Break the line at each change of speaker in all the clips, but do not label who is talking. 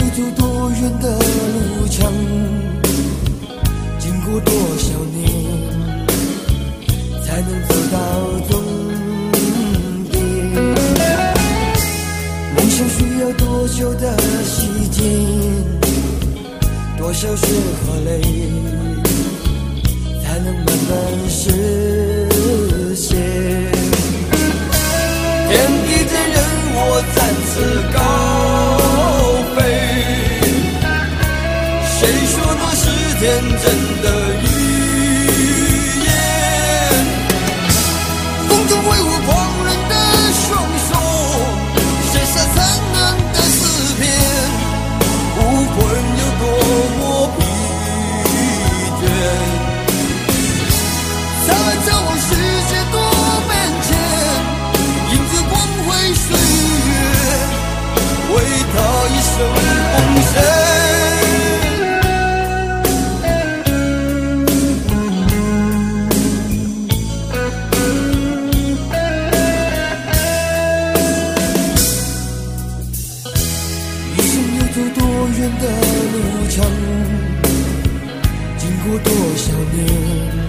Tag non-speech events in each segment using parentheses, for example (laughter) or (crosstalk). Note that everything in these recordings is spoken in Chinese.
有走多远的路程，经过多少年，才能走到终点？梦想需要多久的时间？多少血和泪，才能慢慢实现？天地之人，我展翅高飞。谁说那是天真的语言？风中挥舞狂人的双手，写下灿烂的诗篇。不管有多么疲倦。才会在往世界多变迁，迎着光辉岁月，为他一生奉献。一生要走多远的路程，经过多少年？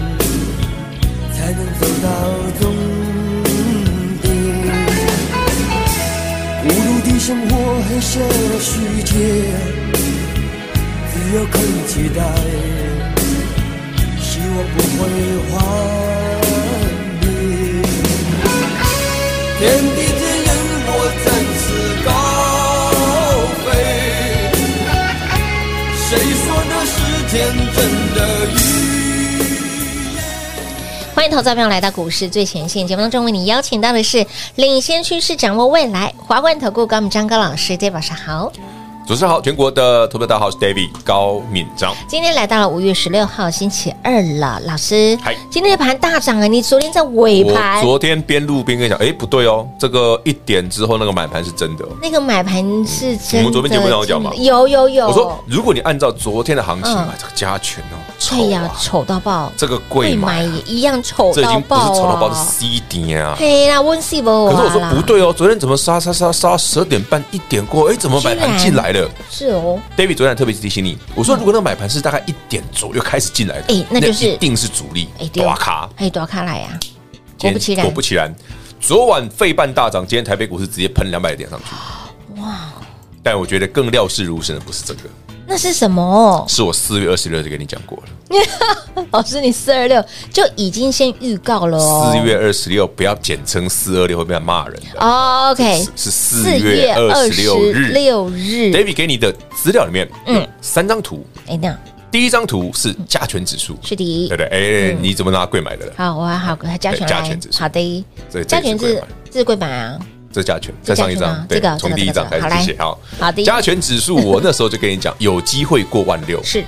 才能走到终点。孤独的生活，黑色世界，只有肯期待，希望不会幻灭。天地之人，我展翅高飞。谁说那是天真的语言？
欢迎投资朋友来到股市最前线节目当中，为你邀请到的是领先趋势、掌握未来华冠投顾高敏章高老师，大家晚上好。
主持人好，全国的投票大号是 David 高敏章。
今天来到了五月十六号星期二了，老师
嗨，
今天的盘大涨啊！你昨天在尾
我
盘
昨天边录边跟你讲，哎，不对哦，这个一点之后那个买盘是真的哦。
那个买盘是真的，
我们昨天节目上有讲吗
有有有，
我说，如果你按照昨天的行情
嗯
买这个加权哦，
哎
丑
呀
啊，，
丑到爆，
这个贵买
买
啊，
也一样丑
这已
到
经不是
爆
丑到爆，
啊！
是 C 点啊。
嘿啊啦，温西博
可是我说不，对哦，昨天怎么杀杀杀杀十二点半一点过，哎，怎么买
居然
盘进来了
是哦，
？David 昨天还特别提醒你，我说如果那个买盘是大概一点左右开始进来的，
哎那就是
一定是主力
哎，对哦
大卡。
哎，多卡来呀！果
今天
不其然
果不其然，昨晚费半大涨，今天台北股市直接喷两百点上去。哇！但我觉得更料事如神的不是这个，
那是什么？
是我四月二十六就跟你讲过了。
老师，你四二六就已经先预告了哦。
四月二十六不要简称四二六，会被骂人的。
哦，OK，
是是四月二十六日。
六日。
David 给你的资料里面，
嗯
嗯，三张图，
哎，那
第一张图是加权指数，
是
对
第
不
一。嗯
对？哎，你怎么拿贵买的了？
好，我还好加权来，
加权指数
好的
这，
加权
这
是
是贵买
是贵版啊，
这加权，
这加
再上
权
一
吗
张，
这个这
从
个
第一张
这
开
个
始写
好
好。
来好的
加权指数，我那时候就跟你讲，有机会过万六，
是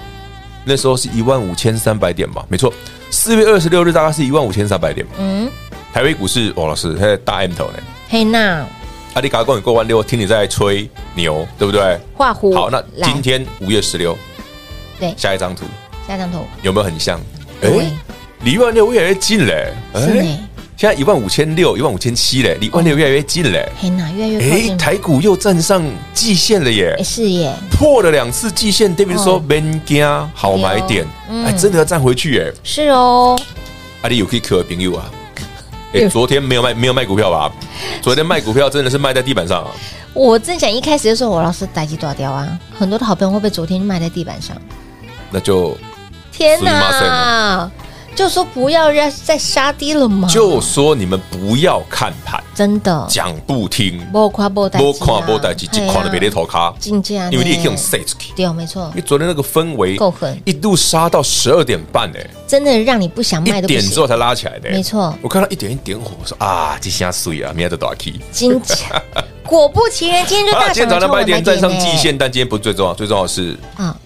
那时候是一万五千三百点嘛，没错，四月二十六日大概是一万五千三百点嘛。
嗯，
台北股市，哦王老师它在大 M 头呢，
嘿那
阿里嘎光也过万六，听你在吹牛，对不对？
画虎。
好，那
来
今天五月十六，
对
下一张图
下张图，
有没有很像？
对，
离一万六越来越近嘞，
是
哎，
呢，
现在一万五千六、一万五千七嘞，离一万六越来越近嘞。
嘿那越来越靠
哎，
近了，
台股又站上季线了耶
哎，是耶，
破了两次季线。David 说
哦
m a n 家好买点，
嗯
哎，真的要站回去耶。
是哦，
啊，你有可以可朋
(laughs)
友啊？哎、
有
昨天没有卖，没有卖股票吧？昨天卖股票真的是卖在地板上、啊，
我正想一开始就说，我老师逮鸡多掉啊，很多的好朋友会不会昨天就卖在地板上？
那就
哦天
所以骂谁
哪！就说不要让再杀低了嘛，
就说你们不要看盘，
真的，
讲不听，
不夸不哦带，啊哎
不看不带去，只看了别的头卡，
进价，
因为你也可以用 set 出去。
对，没错
因，为昨天那个氛围
够狠
一度杀到十二点半哎、
真的让你不想卖
一
都不
点之
行，
后才拉起来的、哎
没错
我看到一点一点火，我说啊，这下碎啊，明天就打 key。
金价。果不其然，今天就
好了，
大
(laughs) 啊今天
涨了，
早上八点
冲
站
了
上
买
季
点
线，但今天不是最重要，最重要的是
呢啊！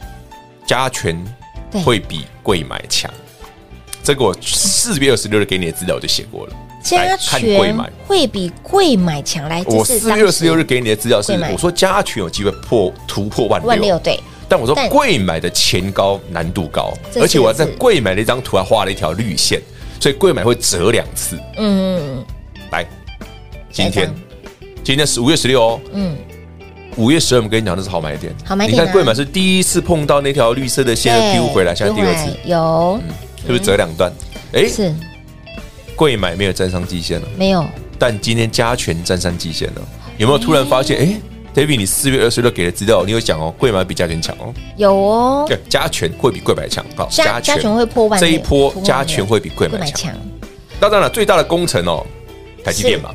加权
对
会比贵买强。这个我四月二十六日给你的资料我就写过了，
加
来看贵
权
买。
会比贵买强，来，
啊我
这是
四
当
月二十
时
六日给你的资料是
贵买，
我说加权有机会破突破万
万六
六，
对，
但我说
但
贵买的前高难度高，
这
而且我还在
是
贵买的一张图还画了一条绿线，所以贵买会折两次。
嗯
来，今
下一
天
张
今天是五月十六哦，
嗯，
五月十二我们跟你讲那是好买点，
好买点
你
啊
看贵买是第一次碰到那条绿色的线
对
丢回来，现在第二次
另外有
是不是折两段？哎，
嗯是
贵买没有站上季线了，
没有？
但今天加权站上季线了，有没有突然发现？哎，David，你四月二十六给的资料，你有讲哦，贵买比加权强哦，
有哦，
对，加权会比贵买强，好，
加加权会破万
这
六，
一波
突破万
加
六
权会比贵买强。
强，
那当然，最大的功臣哦，台积电
是
嘛，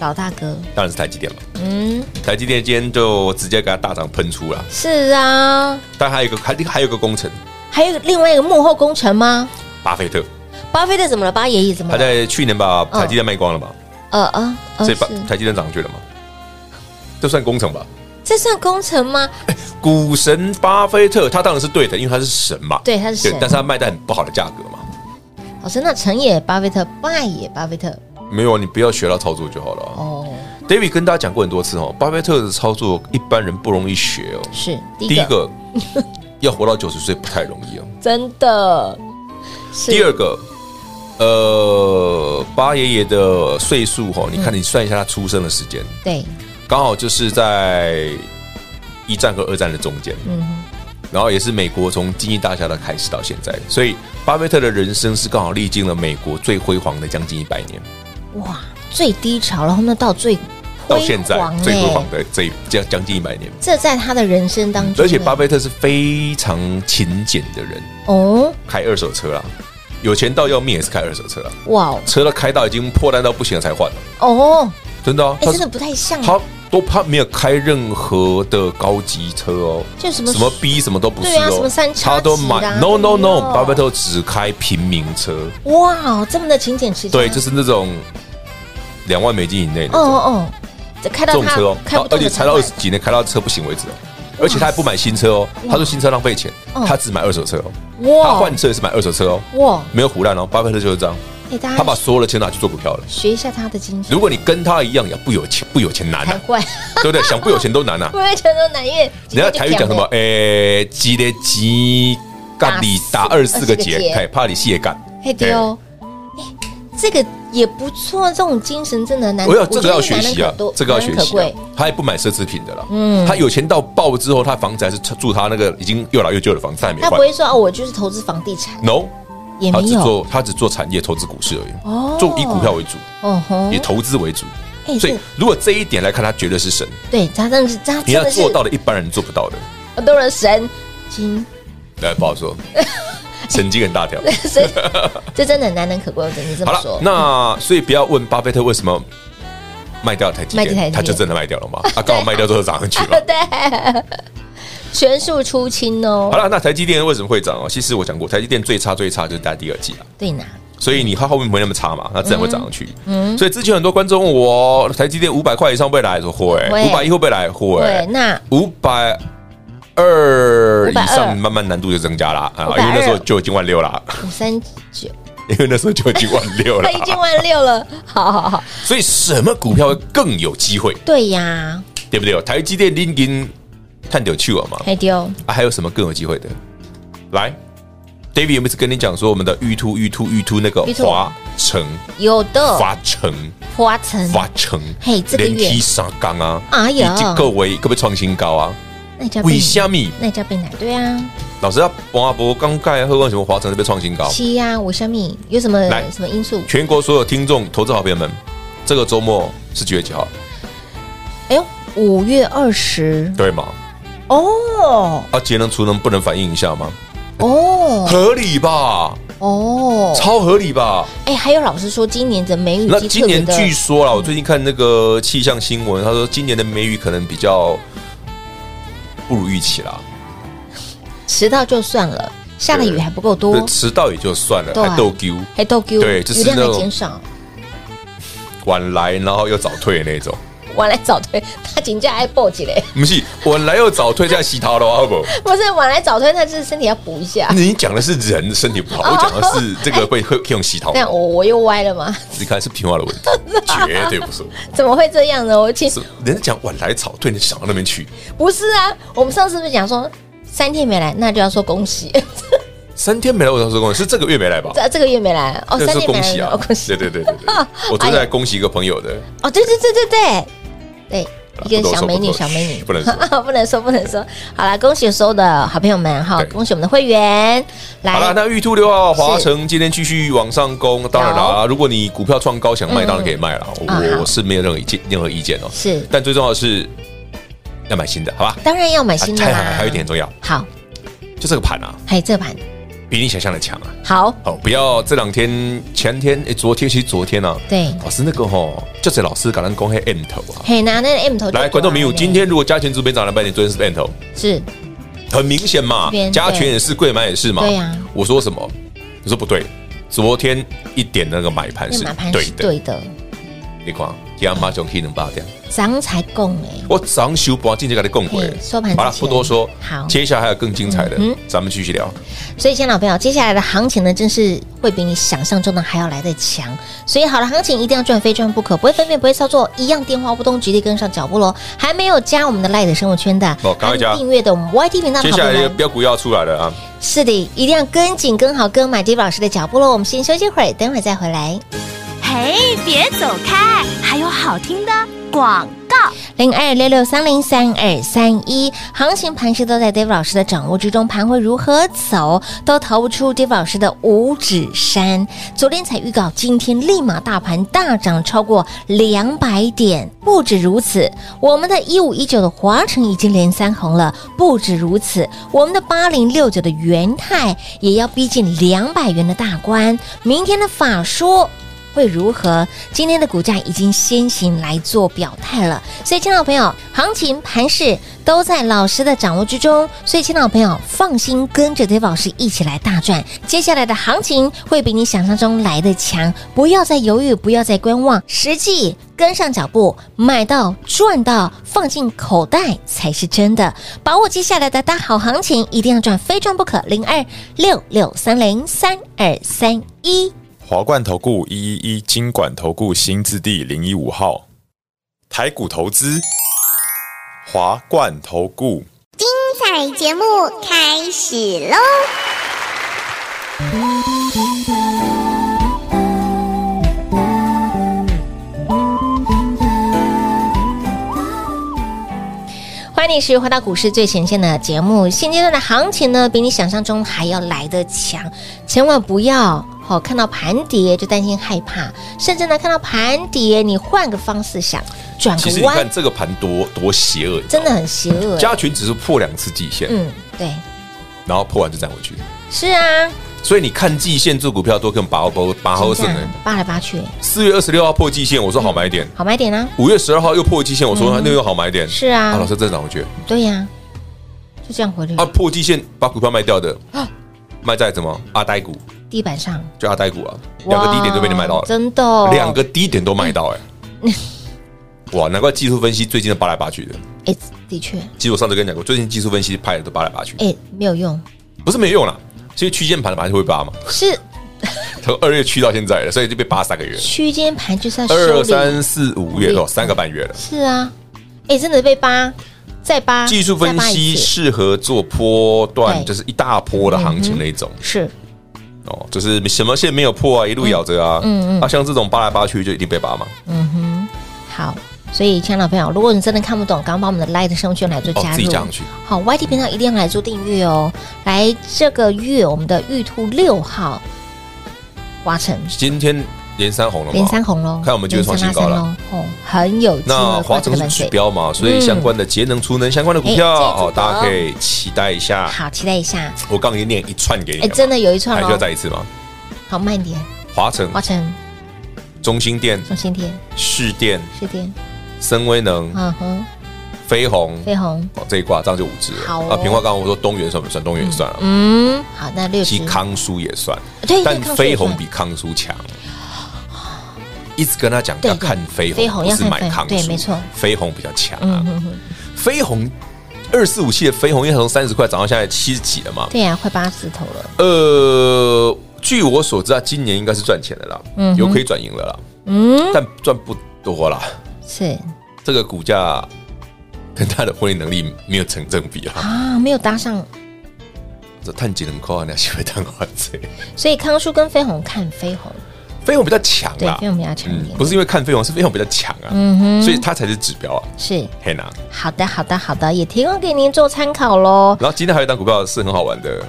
老大哥，
当然是台积电嘛，
嗯，
台积电今天就直接给它大涨喷出了。
是啊，
但还有一个还还有一个工程，
还有另外一个幕后工程吗？
巴菲特
巴菲特怎么了？巴爷爷怎么
他
了？
在去年把
嗯
台积电卖光了吧，
呃呃呃，
所
是
以把台积电涨上去了嘛，这算工程吧？
这算工程吗？
股神巴菲特他当然是对的，因为他是神嘛，
对他是神
但是他卖在很不好的价格嘛。
老师，那成也巴菲特，败也巴菲特
没有，你不要学到操作就好了啊。
哦，
David 跟大家讲过很多次哦，巴菲特的操作一般人不容易学哦。
是第
第
一
一
个，
个要活到九十岁不太容易哦。
真的是
第二个，呃，巴爷爷的岁数哦，
嗯
你看你算一下他出生的时间，
对，
刚好就是在一战和二战的中间，
嗯，
然后也是美国从经济大下的开始到现在，所以巴菲特的人生是刚好历经了美国最辉煌的将近一百年，
哇，最低潮，然后呢到最
到现在
辉煌
最辉
哎
煌的这一将将近一百年。
这在他的人生当中，
而且巴菲特是非常勤俭的人，
哦，
开二手车啦，有钱到要命也是开二手车啦，
哇
车都开到已经破烂到不行了才换了，
哦，
真的啊，
哎，
他
真
是
的不太像，
他都他没有开任何的高级车哦，
就什么
B 什么都不是
对啊
哦，
什么三叉戟啊
他都买
对啊
No No No，
哦
巴菲特只开平民车，
哇，这么的勤俭持家，
对，就是那种两万美金以内
嗯哦
的
哦哦，这开到
这种
他
车哦，
开不动
而
的
且
才
才到
换
二十几年，开到车不行为止哦。而且他还不买新车哦，他说新车浪费钱，
嗯哦
他只买二手车哦，他
哇
换车也是买二手车哦，
哇，
没有胡乱哦，巴菲特就是这样，
哎，大
他把
家
所有的钱拿去做股票了。
学一下他的精神，
如果你跟他一样，也不有钱，不有钱难
才 (laughs)
啊，
换，
对不对？想不有钱都难啊。
不然全都难，因为今天
人家
就
台语讲什么
了？？
呃诶，几的几干你打二十四个
二十四个结
结，嘿，怕你卸干。
嘿对哦，哎，这个也不错，这种精神真的难，
我要
觉
这
得
个要学
难
习啊
能可多，
这个要
难能
学
可
习啊
贵。
他也不买奢侈品的啦，
嗯
他有钱到爆之后，他房子还是住他那个已经越来越旧的房子，他还没
他不
换。
会说哦，我就是投资房地产，
No，
也
他
没
啊只
有
做他只做产业投资股市而已，
哦
做以股票为主，
哦吼
以，投资为主。
哎
所
这
以如果这一点来看，他绝对是神，
对，他真的是，他
你
真
要
的是
做到的一般人做不到的。
很多人神经，
来，不好说，神经很大条。
(laughs) 所以这真的很难能可贵，我只能这
好
么
了
说，。
那所以不要问巴菲特为什么卖掉台积
卖掉台积
电，
电。
他就真的卖掉了嘛？啊，刚好卖掉之后涨上去嘛
(laughs) 对，全数出清
好
哦。
了，那台积电为什么会涨啊？其实我讲过，台积电最差最差就是在第二季啊，
对呢，
所以你它后面没那么差嘛，那自然会涨上去。
嗯
所以之前很多观众问我，台积电五百块以上会不会来？说会，
会
五百一会不会来？
对，
会，
那
五百。二以
520
上慢慢难度就增加啦啊，因
520
为那时候就已经万六啦， (laughs)
五三九，
因为那时候就已经万六啦
他 (laughs) ，已经万六了，好好好，
所以什么股票会更有机会？
对呀，
对不对？台积电、林金、探九去了嘛、
还丢
啊，还有什么更有机会的？来，David 有没有跟你讲说我们的玉兔、玉兔、玉兔那个
玉兔
华城、
有的
华城、
花城，
华城，
嗯嘿这个月
连踢三缸啊，
哎呀嗯
这个位可不可以创新高啊？
那叫被
为虾米？
那叫被奶，对啊，
老师要王阿伯刚盖喝完什么华城就被创新高？
七呀，五虾米有什么
来
什么因素？
全国所有听众、投资好朋友们，这个周末是几月几号？
哎呦，五月二十
对吗？
嗯哦
啊，节能储能不能反映一下吗？
哦
合理吧，
哦，
超合理吧？
哎，还有老师说今年的梅雨
那
季
今
特别嗯
年
的
据说啦，我最近看那个气象新闻，他说今年的梅雨可能比较不如预期啦，
迟到就算了，下的雨
对
还不够多
对，，迟到也就算了，
哦对
还逗丢，
还逗 Q，
对就是
雨量
那
还
种
减少。
晚来然后又早退那种，
我来找推，他请假还报起来，
不是，我来又早退，再洗头了，好不好？
(laughs) 不是晚来早推，那就是身体要补一下。
你讲的是人的身体不好，
哦
我讲的是这个会会会用洗头。
但我我又歪了吗？ (laughs)
你看是平花的问题，绝对不是我。
怎么会这样呢？我其实
是人家讲晚来早退，你想到那边去？
不是啊，我们上次不是讲说三天没来，那就要说恭
(laughs)
喜，
三天没来，我当时公是这个月没来吧？
这这个月没来哦，
这
三天
是
没
恭
来
喜
了，
啊
哦！恭喜
对对对对对，我
哎
正
呀
在恭喜一个朋友的，
哦，对对对对对对。一个
啊不能
小
说
美女，
不能
小美 (laughs) 女，
(laughs)
啊
不能说
不能说，不能说。好啦，恭喜所有的好朋友们哈，
对
恭喜我们的会员。来，
好了，那玉兔六号华
是
城今天继续往上攻，当然啦，如果你股票创高想卖，当然可以卖了，
啊好
我我是没有任何意见任何意见哦。
是
但最重要的是要买新的，好吧？
当然要买新的
还还
啦。
还有一点很重要，
好，
就这个盘啊，
还有这盘
比你想象的强啊！
好，
哦，不要这两天前天诶，昨天其实昨天啊，
对，
老师那个吼，就是老师敢咱讲那 M 头啊。
嘿，拿那个 M 头就
来，观众朋友，
过来
今天如果加权指标涨两百点，昨天是 M 头，
是
很明显嘛
这边，
加权也是，贵买也是嘛。
对呀
我说什么？你说不对，昨天一点那个买盘
那
是
买盘
对
是
的。
对的，
你看，今天马上可以能八点，
涨才供哎，
我涨修半进就给你供回
嘿。嗯收盘之前
好了，不多说。
好
接下来还有更精彩的
嗯，
咱们继续聊。
所以，亲爱的老朋友，接下来的行情呢，真是会比你想象中的还要来得强。所以，好的行情一定要赚，非赚不可，不会分辨，不会操作，一样电话不通，直接跟上脚步喽。还没有加我们的 Light 生活圈的，
哦赶快加
还没订阅的我们 YT 频道的
接
好
下
朋
来
友们，
标股要出来了啊！
是的，一定要跟紧、跟好、跟满 David 老师的脚步喽。我们先休息会儿，等会儿再回来。
嘿，别走开，还有好听的广告。
零二六六三零三二三一，行情盘势都在 Dave 老师的掌握之中，盘会如何走都逃不出 Dave 老师的五指山。昨天才预告，今天立马大盘大涨超过两百点。不止如此，我们的一五一九的华晨已经连三红了。不止如此，我们的八零六九的元泰也要逼近两百元的大关。明天的法说会如何？今天的股价已经先行来做表态了，所以，亲爱的朋友，行情盘势都在老师的掌握之中，所以，亲爱的朋友，放心跟着 Dave 老师一起来大赚。接下来的行情会比你想象中来的强，不要再犹豫，不要再观望，实际跟上脚步，买到赚到，放进口袋才是真的。把握接下来的大好行情，一定要赚，非赚不可。零二六六三零三二三一。
华冠投顾一一一金管投顾新字第零一五号，台股投资，华冠投顾。
彩节目开始喽！
欢迎你是回到股市最前线的节目。现阶段的行情呢，比你想象中还要来得强，千万不要哦看到盘跌就担心害怕，甚至呢看到盘跌，你换个方式想，转
其实
个
你看
弯，
这个盘多多邪恶，你知
真
道吗
的很邪恶。
加权指数破两次季线，
嗯，对，
然后破完就站回去。
是啊，
所以你看季线做股票多跟拔包拔好
这
胜
样
呢。
扒来扒去，
四月二十六号破季线，我说好买点；
好买点啊，
五月十二号又破季线，我说那个又好买点。
嗯是啊
老师真的涨回去
对呀、就这样回去、
啊！破季线把股票卖掉的，
哦
卖在什么阿呆股？
地板上，
就阿呆股啊，两个低点就被你卖到
哇
了，
真的哦嗯
两个低点都卖到哎、哇，难怪技术分析最近都扒来扒去的。
哎，的确，
其实我上次跟你讲过，最近技术分析派的都扒来扒去，
哎，没有用，
不是没用啦，所以区间盘本来就会扒嘛，
是
从二月区到现在了，所以就被扒三个月了，
区间盘就是要
二
收敛。
三四五月哦，三个半月了。
是啊，哎，真的被扒，再扒，
技术分
再扒一
析
次
适合做波段，
对嗯
就是一大波的行情那一种
是
哦，就是什么线没有破啊，一路咬着啊，
嗯嗯
啊，像这种扒来扒去就一定被扒嘛，
好。所以，亲爱的朋友，如果你真的看不懂，赶快把我们的 Light 生活圈来做
哦
加，
自己
入。
加上去，
好，YT 频道一定要来做订阅哦。来，这个月我们的玉兔六号，华晨
今天连三红了嘛，
连三红喽，
看我们机会创新高了
连三拉三喽，哦，很有机
那
会
华
跨这
晨
个
是
门
指
水。
标嘛，所以相关的节能、储能相关的股票，
哎这一组
哦，
的
大家可以期待一下。
好，期待一下。
我刚刚也念一串给你了
哎，
嘛，
真的有一
还
串
需要
哦。
再一次吗？
好，慢一点。
华晨、
华晨、
中兴电、
中心店、
市电、
是店，
森威能、
嗯哼，
飞鸿
飞鸿，
哦这一挂，这样就五只了。
好哦
啊，平话刚刚我说东元算不算？东元也算啊，
嗯，好，那六
其
十
实，康舒也算，
对，对
但
康师傅也
飞鸿
算
比康舒强。一直跟他讲
对
要看飞
飞
鸿，
鸿
不
要
是
看
买
飞鸿
康
对
舒
没错嗯
飞鸿比较强啊。飞鸿二四五七的飞鸿，因为它从三十块涨到现在七十几了嘛。
对啊呀、快八字头了，
呃，据我所知啊，今年应该是赚钱的啦，有亏转盈了啦，
嗯，
但赚不多啦。
是
这个股价跟它的获利能力没有成正比啊。
啊，没有搭上，
这碳节能扣啊，那是会碳化这
所以康叔跟飞鸿看飞鸿，
飞鸿比较强
对
啦，
飞鸿比较强一
嗯
点，
不是因为看飞鸿，是飞鸿比较强啊，
嗯哼，
所以它才是指标啊。
是
嘿呐，
好的，好的，好的，也提供给您做参考喽。
然后今天还有一档股票是很好玩的，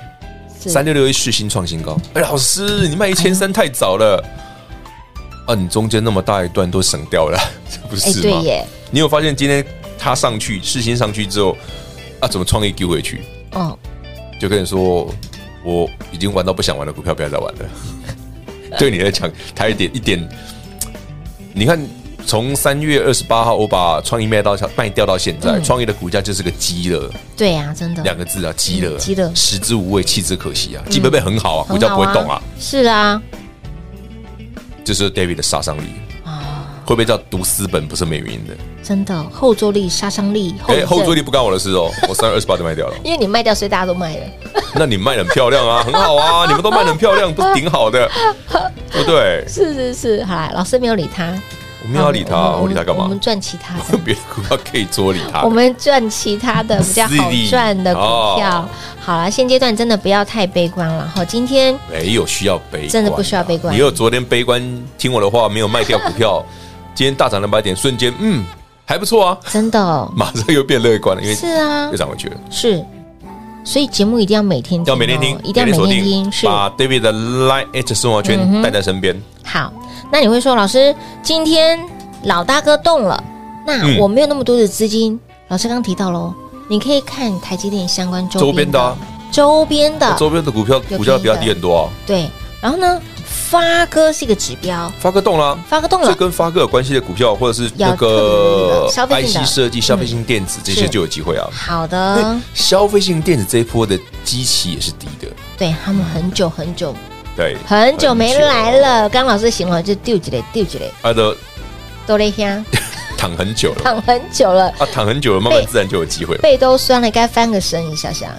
是
三六六一续新创新高。哎，老师，你卖一千三太早了。啊，你中间那么大一段都省掉了， (laughs) 这不
哎，
是
对
吗？
耶，
你有发现今天它上去，世新上去之后，啊，怎么创意丢回去？
哦，
就跟你说，我已经玩到不想玩的股票，不要再玩
(laughs)
了。对你来讲，它一点一点，你看从三月二十八号我把创意卖到卖掉到现
嗯
在，创意的股价就是个鸡了，
对呀、真的，
两个字啊，鸡
嗯
了，
鸡了嗯
食之无味，弃之可惜啊，基本面很好啊，股
很
价
好
不会动啊，，
是啊，
这是 David 的杀伤力。
啊
会不会叫读私本不是没原因的？
真的后坐力、杀伤力、后
哎，
遗
后
症
坐力不干我的事哦， (laughs) 我三月二十八就卖掉了。
因为你卖掉，所以大家都卖了。
那你卖得很漂亮啊，很好啊，你们都卖得很漂亮，不是挺好的，对不对？
是是是，好啦，老师没有理他，
我没有要理他，
好
我理他干
嗯我
嘛？
们赚其他的，
(laughs) 别的股票可以做理他
我，们赚其他的比较好赚的股票
哦。
好啦，现阶段真的不要太悲观了。好，今天
没有需要悲观啊，
真的不需要悲观
你有昨天悲观，听我的话没有卖掉
(laughs)
股票，今天大涨两百点，瞬间嗯还不错啊， (laughs)
真的哦
马上又变乐观了，因为
是啊
又，涨回去了。
是，所以节目一定要每天听哦
要每天听，
一定要每天听，是。嗯
把 David 的 Line H 生活圈带在身边。
好，那你会说，老师，今天老大哥动了，那
嗯
我没有那么多的资金。老师刚提到喽，你可以看台积电相关周
周
边
边的啊
的、周边的，
周边的股票
有
股价比较低很多啊，
对。然后呢，发哥是一个指标，
发哥动了啊。
发哥动
这
了，
跟发哥有关系的股票，或者是那
要特别留
个
意了消费性的嗯
IC 设计、消费性电子这些
是
就有机会啊。
好
(laughs)
的，
消费性电子这一波的基期也是低的，
对他们很久很久
对，
很久没来。了。刚老师形容就丢几嘞，丢几嘞，
他的
都嘞香，
啊躺很久了，
躺很久了，
啊，躺很久了，慢慢自然就有机会了。
背都酸了，该翻个身一下下，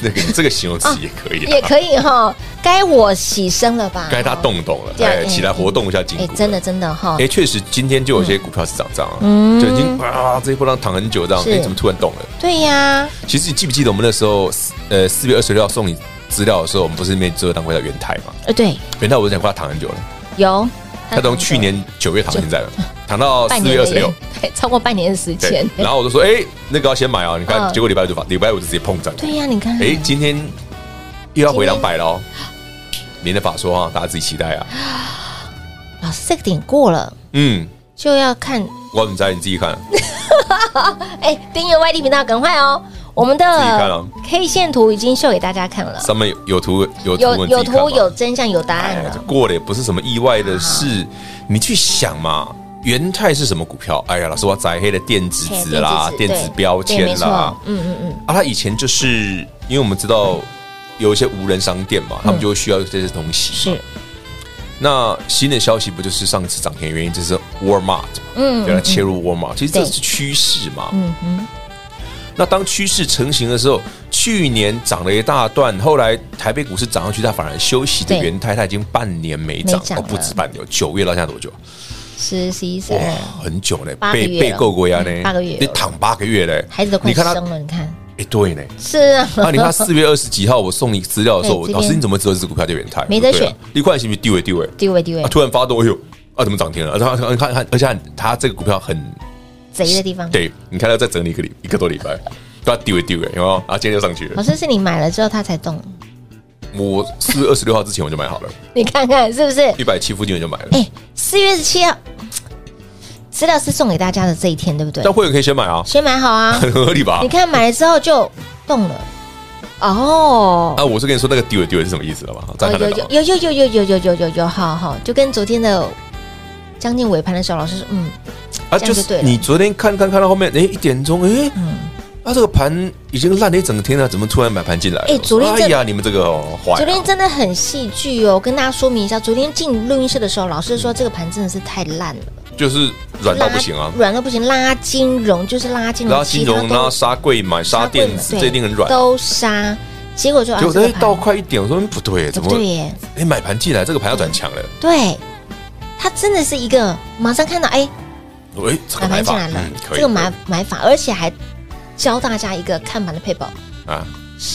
那个这个形容词也可以啊，
哦也可以哈。该我洗身了吧？
该他动动了，
对啊
哎，
哎
起来活动一下筋
哎，
骨。
真的，真的哈
哎，，确实今天就有些股票是涨涨啊，
嗯
就已经啊这一波浪躺很久这样，
是
哎，怎么突然动了？
对呀，
其实你记不记得我们那时候，呃，四月二十六号送你资料的时候，我们不是面只有当回到元泰嘛？
呃，对，
元泰我讲过他躺很久了，
有。
他从去年九月躺到现在了，躺到
半
四
年
月
的
二十六
耶。，对，超过半年的时
对
间，。
然后我就说，哎，那个要先买啊！你看，
嗯
结果礼拜五就把礼拜五就直接碰涨。
对啊呀，你看，
哎，今天又要回两百了哦。明天法说啊，大家自己期待啊。
老师这个点过了，
嗯，
就要看
我怎在你自
(laughs)
己看，
哎，订阅外地频道，赶快哦！我们
自己看啊
的 K 线图已经秀给大家看了，
上面有有图有图
有
文自
有
己看嘛
图有啊真相有答
哎
案
呀，这
了。
过了也不是什么意外的事，你去想嘛。元泰是什么股票？哎呀，老师，我载黑的电子纸啦，
嘿
电子标
对对没
签
错
啦，
嗯嗯嗯，
啊，它以前就是因为我们知道有一些无人商店嘛，他们就会需要这些东西。
嗯是，
那新的消息不就是上次涨停的原因就是 Walmart 嗯，原来切入 Walmart，其实这
对
是趋势嘛。嗯哼。那当趋势成型的时候，去年涨了一大段，后来台北股市涨上去，它反而休息的
对
元泰，它已经半年没涨
没，涨
哦，
了
不止半年，九月到现在多久？
实习
哇
生，，
很久呢，
八个
被
月
被
了
够过呀呢
嗯，八个月
你
了
躺八个月嘞，
孩子都快
你看他
生，了，你看，
哎，对呢，
是啊，
(laughs) 啊，你
(laughs)
看四月二十几号我送你资料的时候，
对这边
老师你怎么知道这只股票叫元泰？
哎没得
对啊
选，
你快行不丢诶丢诶，
地位地位
啊，，突然发动，哎呦，啊，怎么涨停了？然后看看看，而且它这个股票很
贼的地方。
对，你看它再整理一个礼一个多礼拜，都要丢一丢哎，有没有？啊，今天就上去
老
了。
师哦是你买了之后他才动，
我四月二十六号之前我就买好了，
你看看是不是？
一百七附近我就买了。
哎，四月十七号，资料是送给大家的这一天，对不对
但？会员可以先买啊，
先买好
(laughs)
啊，
很合理吧
你？看买了之后就动了，哦
啊，。我是跟你说那个丢一丢是什么意思了吧？再看得到吗
哦有有有有有有有有有有，好好，就跟昨天的将近尾盘的时候，老师说，嗯，
啊，
这样就
就是
对了嗯
你昨天看看看到后面，哎，一点钟，哎，啊，这个盘已经烂了一整天了，怎么突然买盘进来了？
哎昨天这
哎呀，你们这个哦坏啊
昨天真的很戏剧哦，我跟大家说明一下，昨天进录音室的时候，老师说这个盘真的是太烂了，
就是软到不行
拉，
啊
软到不行，拉金融就是拉金融，
拉金融、
其他都
拉沙柜、买沙
柜
垫
嘛，
子，
对
这一定很软。
都杀。结果就啊
结果
这个
哎，
盘
到快一点，我说嗯不对，
哎
怎
不
么
对耶，
哎买盘进来，这个盘要转强了？
对，它真的是一个马上看到哎
哎，这个
买
买
盘进
法
来了，
可以
这个买买法，而且还教大家一个看盘的配宝，
啊。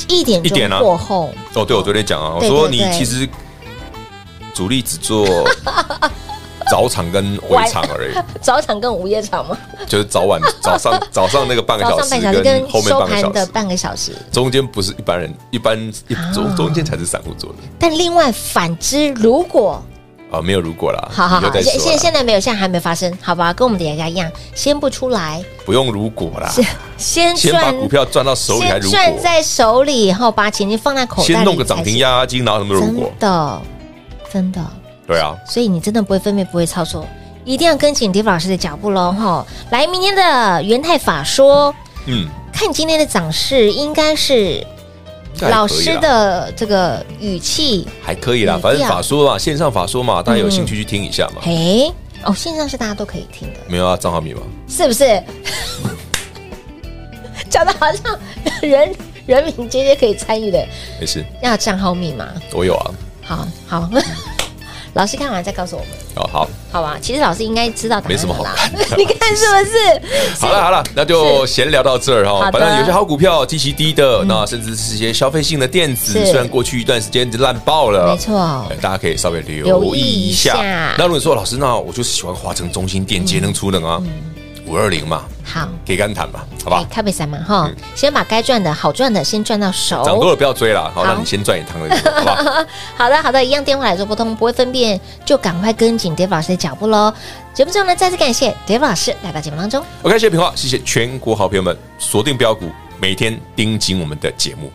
一点
一点
钟
啊
过后，
哦，对，我昨天讲啊，我
对
说
对
你
对
其实主力只做 (laughs) 早场跟
晚
尾场
(laughs)
而已，
早场跟午夜场嘛，
就是早
(laughs)
晚早上早上那个半个
早
小
上
时
半小时跟
跟后面
收
半个
盘
小
的
时，
半个小时。
中间不是一般人一般一
啊
中中间才是散户做的
但另外反之，如果
啊，没有如果啦，
好好
以后
好，
再
现
说
现现
啦，
在没有，现在还没发生，好吧？跟我们的雅雅一样，先不出来，
不用如果啦，
先
先把
赚，
股票赚到手里还
先
如
赚
果，
在手里，然后把钱就放在口袋里，
先弄个涨停，压压惊，然后什么如
真
果？
的，真的。
对啊，
所以你真的不会分辨，不会操作，一定要跟紧 Dave 老师的脚步喽！哈，来，明天的元泰法说，
嗯，
看今天的涨势，应该是
应该还
老
可以啦啊
师的这个语气，
还可以啦，
嗯
反正
对啊
法说嘛，线上法说嘛，大家有兴趣去听一下嘛。
嗯嘿，哦，线上是大家都可以听的，
没有啊，账号密码
是不是？ (laughs) 讲的好像人人民直接可以参与的，
没事，
要账号密码，
我有啊。
好好， (laughs) 老师看完再告诉我们，
哦，好，
好吧？其实老师应该知道答
没什
案
么
了啦，
好看的。
你看是不是？
好了好了，那就闲聊到这儿哈。
好的嗯
反正有些好股票，基期低的，那甚至是一些消费性的电子，
是
虽然过去一段时间烂爆了，
没错
哎，大家可以稍微留
留
意
意
一
一
下
下。
那如果说老师，那我就是喜欢华城、中心电、节能、储能啊，
嗯
五二零嘛，
好。
给干谈嘛，好
哎
吧，？
咖啡三嘛哈，先把该赚的好赚的先赚到手。
涨多了不要追了，好，
好
那你先赚一趟了，好吧？
(laughs) 好的，好的，一样电话来做拨通，不会分辨就赶快跟紧 Dave 老师的脚步喽。节目最后呢，再次感谢 Dave 老师来到节目当中。
OK，谢谢平话，谢谢全国好朋友们锁定标股，每天盯紧我们的节目。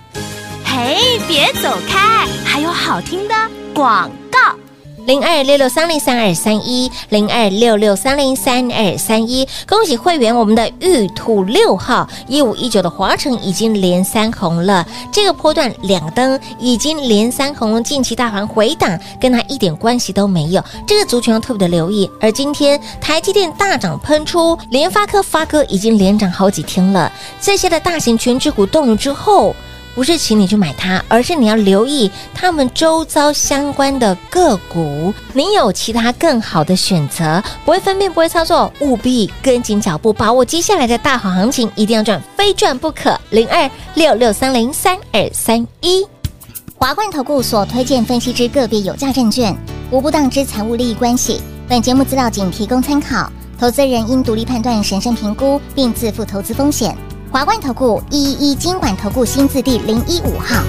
嘿，别走开，还有好听的广告。
零二六六三零三二三一，零二六六三零三二三一。恭喜会员，我们的玉兔六号一五一九的华晨已经连三红了，这个波段两灯已经连三红了。近期大盘回档，跟它一点关系都没有，这个族群要特别的留意。而今天台积电大涨喷出，联发科发哥已经连涨好几天了，这些的大型全指股动了之后。不是请你去买它，而是你要留意他们周遭相关的个股，你有其他更好的选择，不会分辨，不会操作，务必跟紧脚步，把握接下来的大好行情，一定要赚，非赚不可。零二六六三零三二三一。
华冠投顾所推荐分析之个别有价证券，无不当之财务利益关系。本节目资料仅提供参考，投资人应独立判断、审慎评估，并自负投资风险。华冠投顾一一一金管投顾新字第零一五号。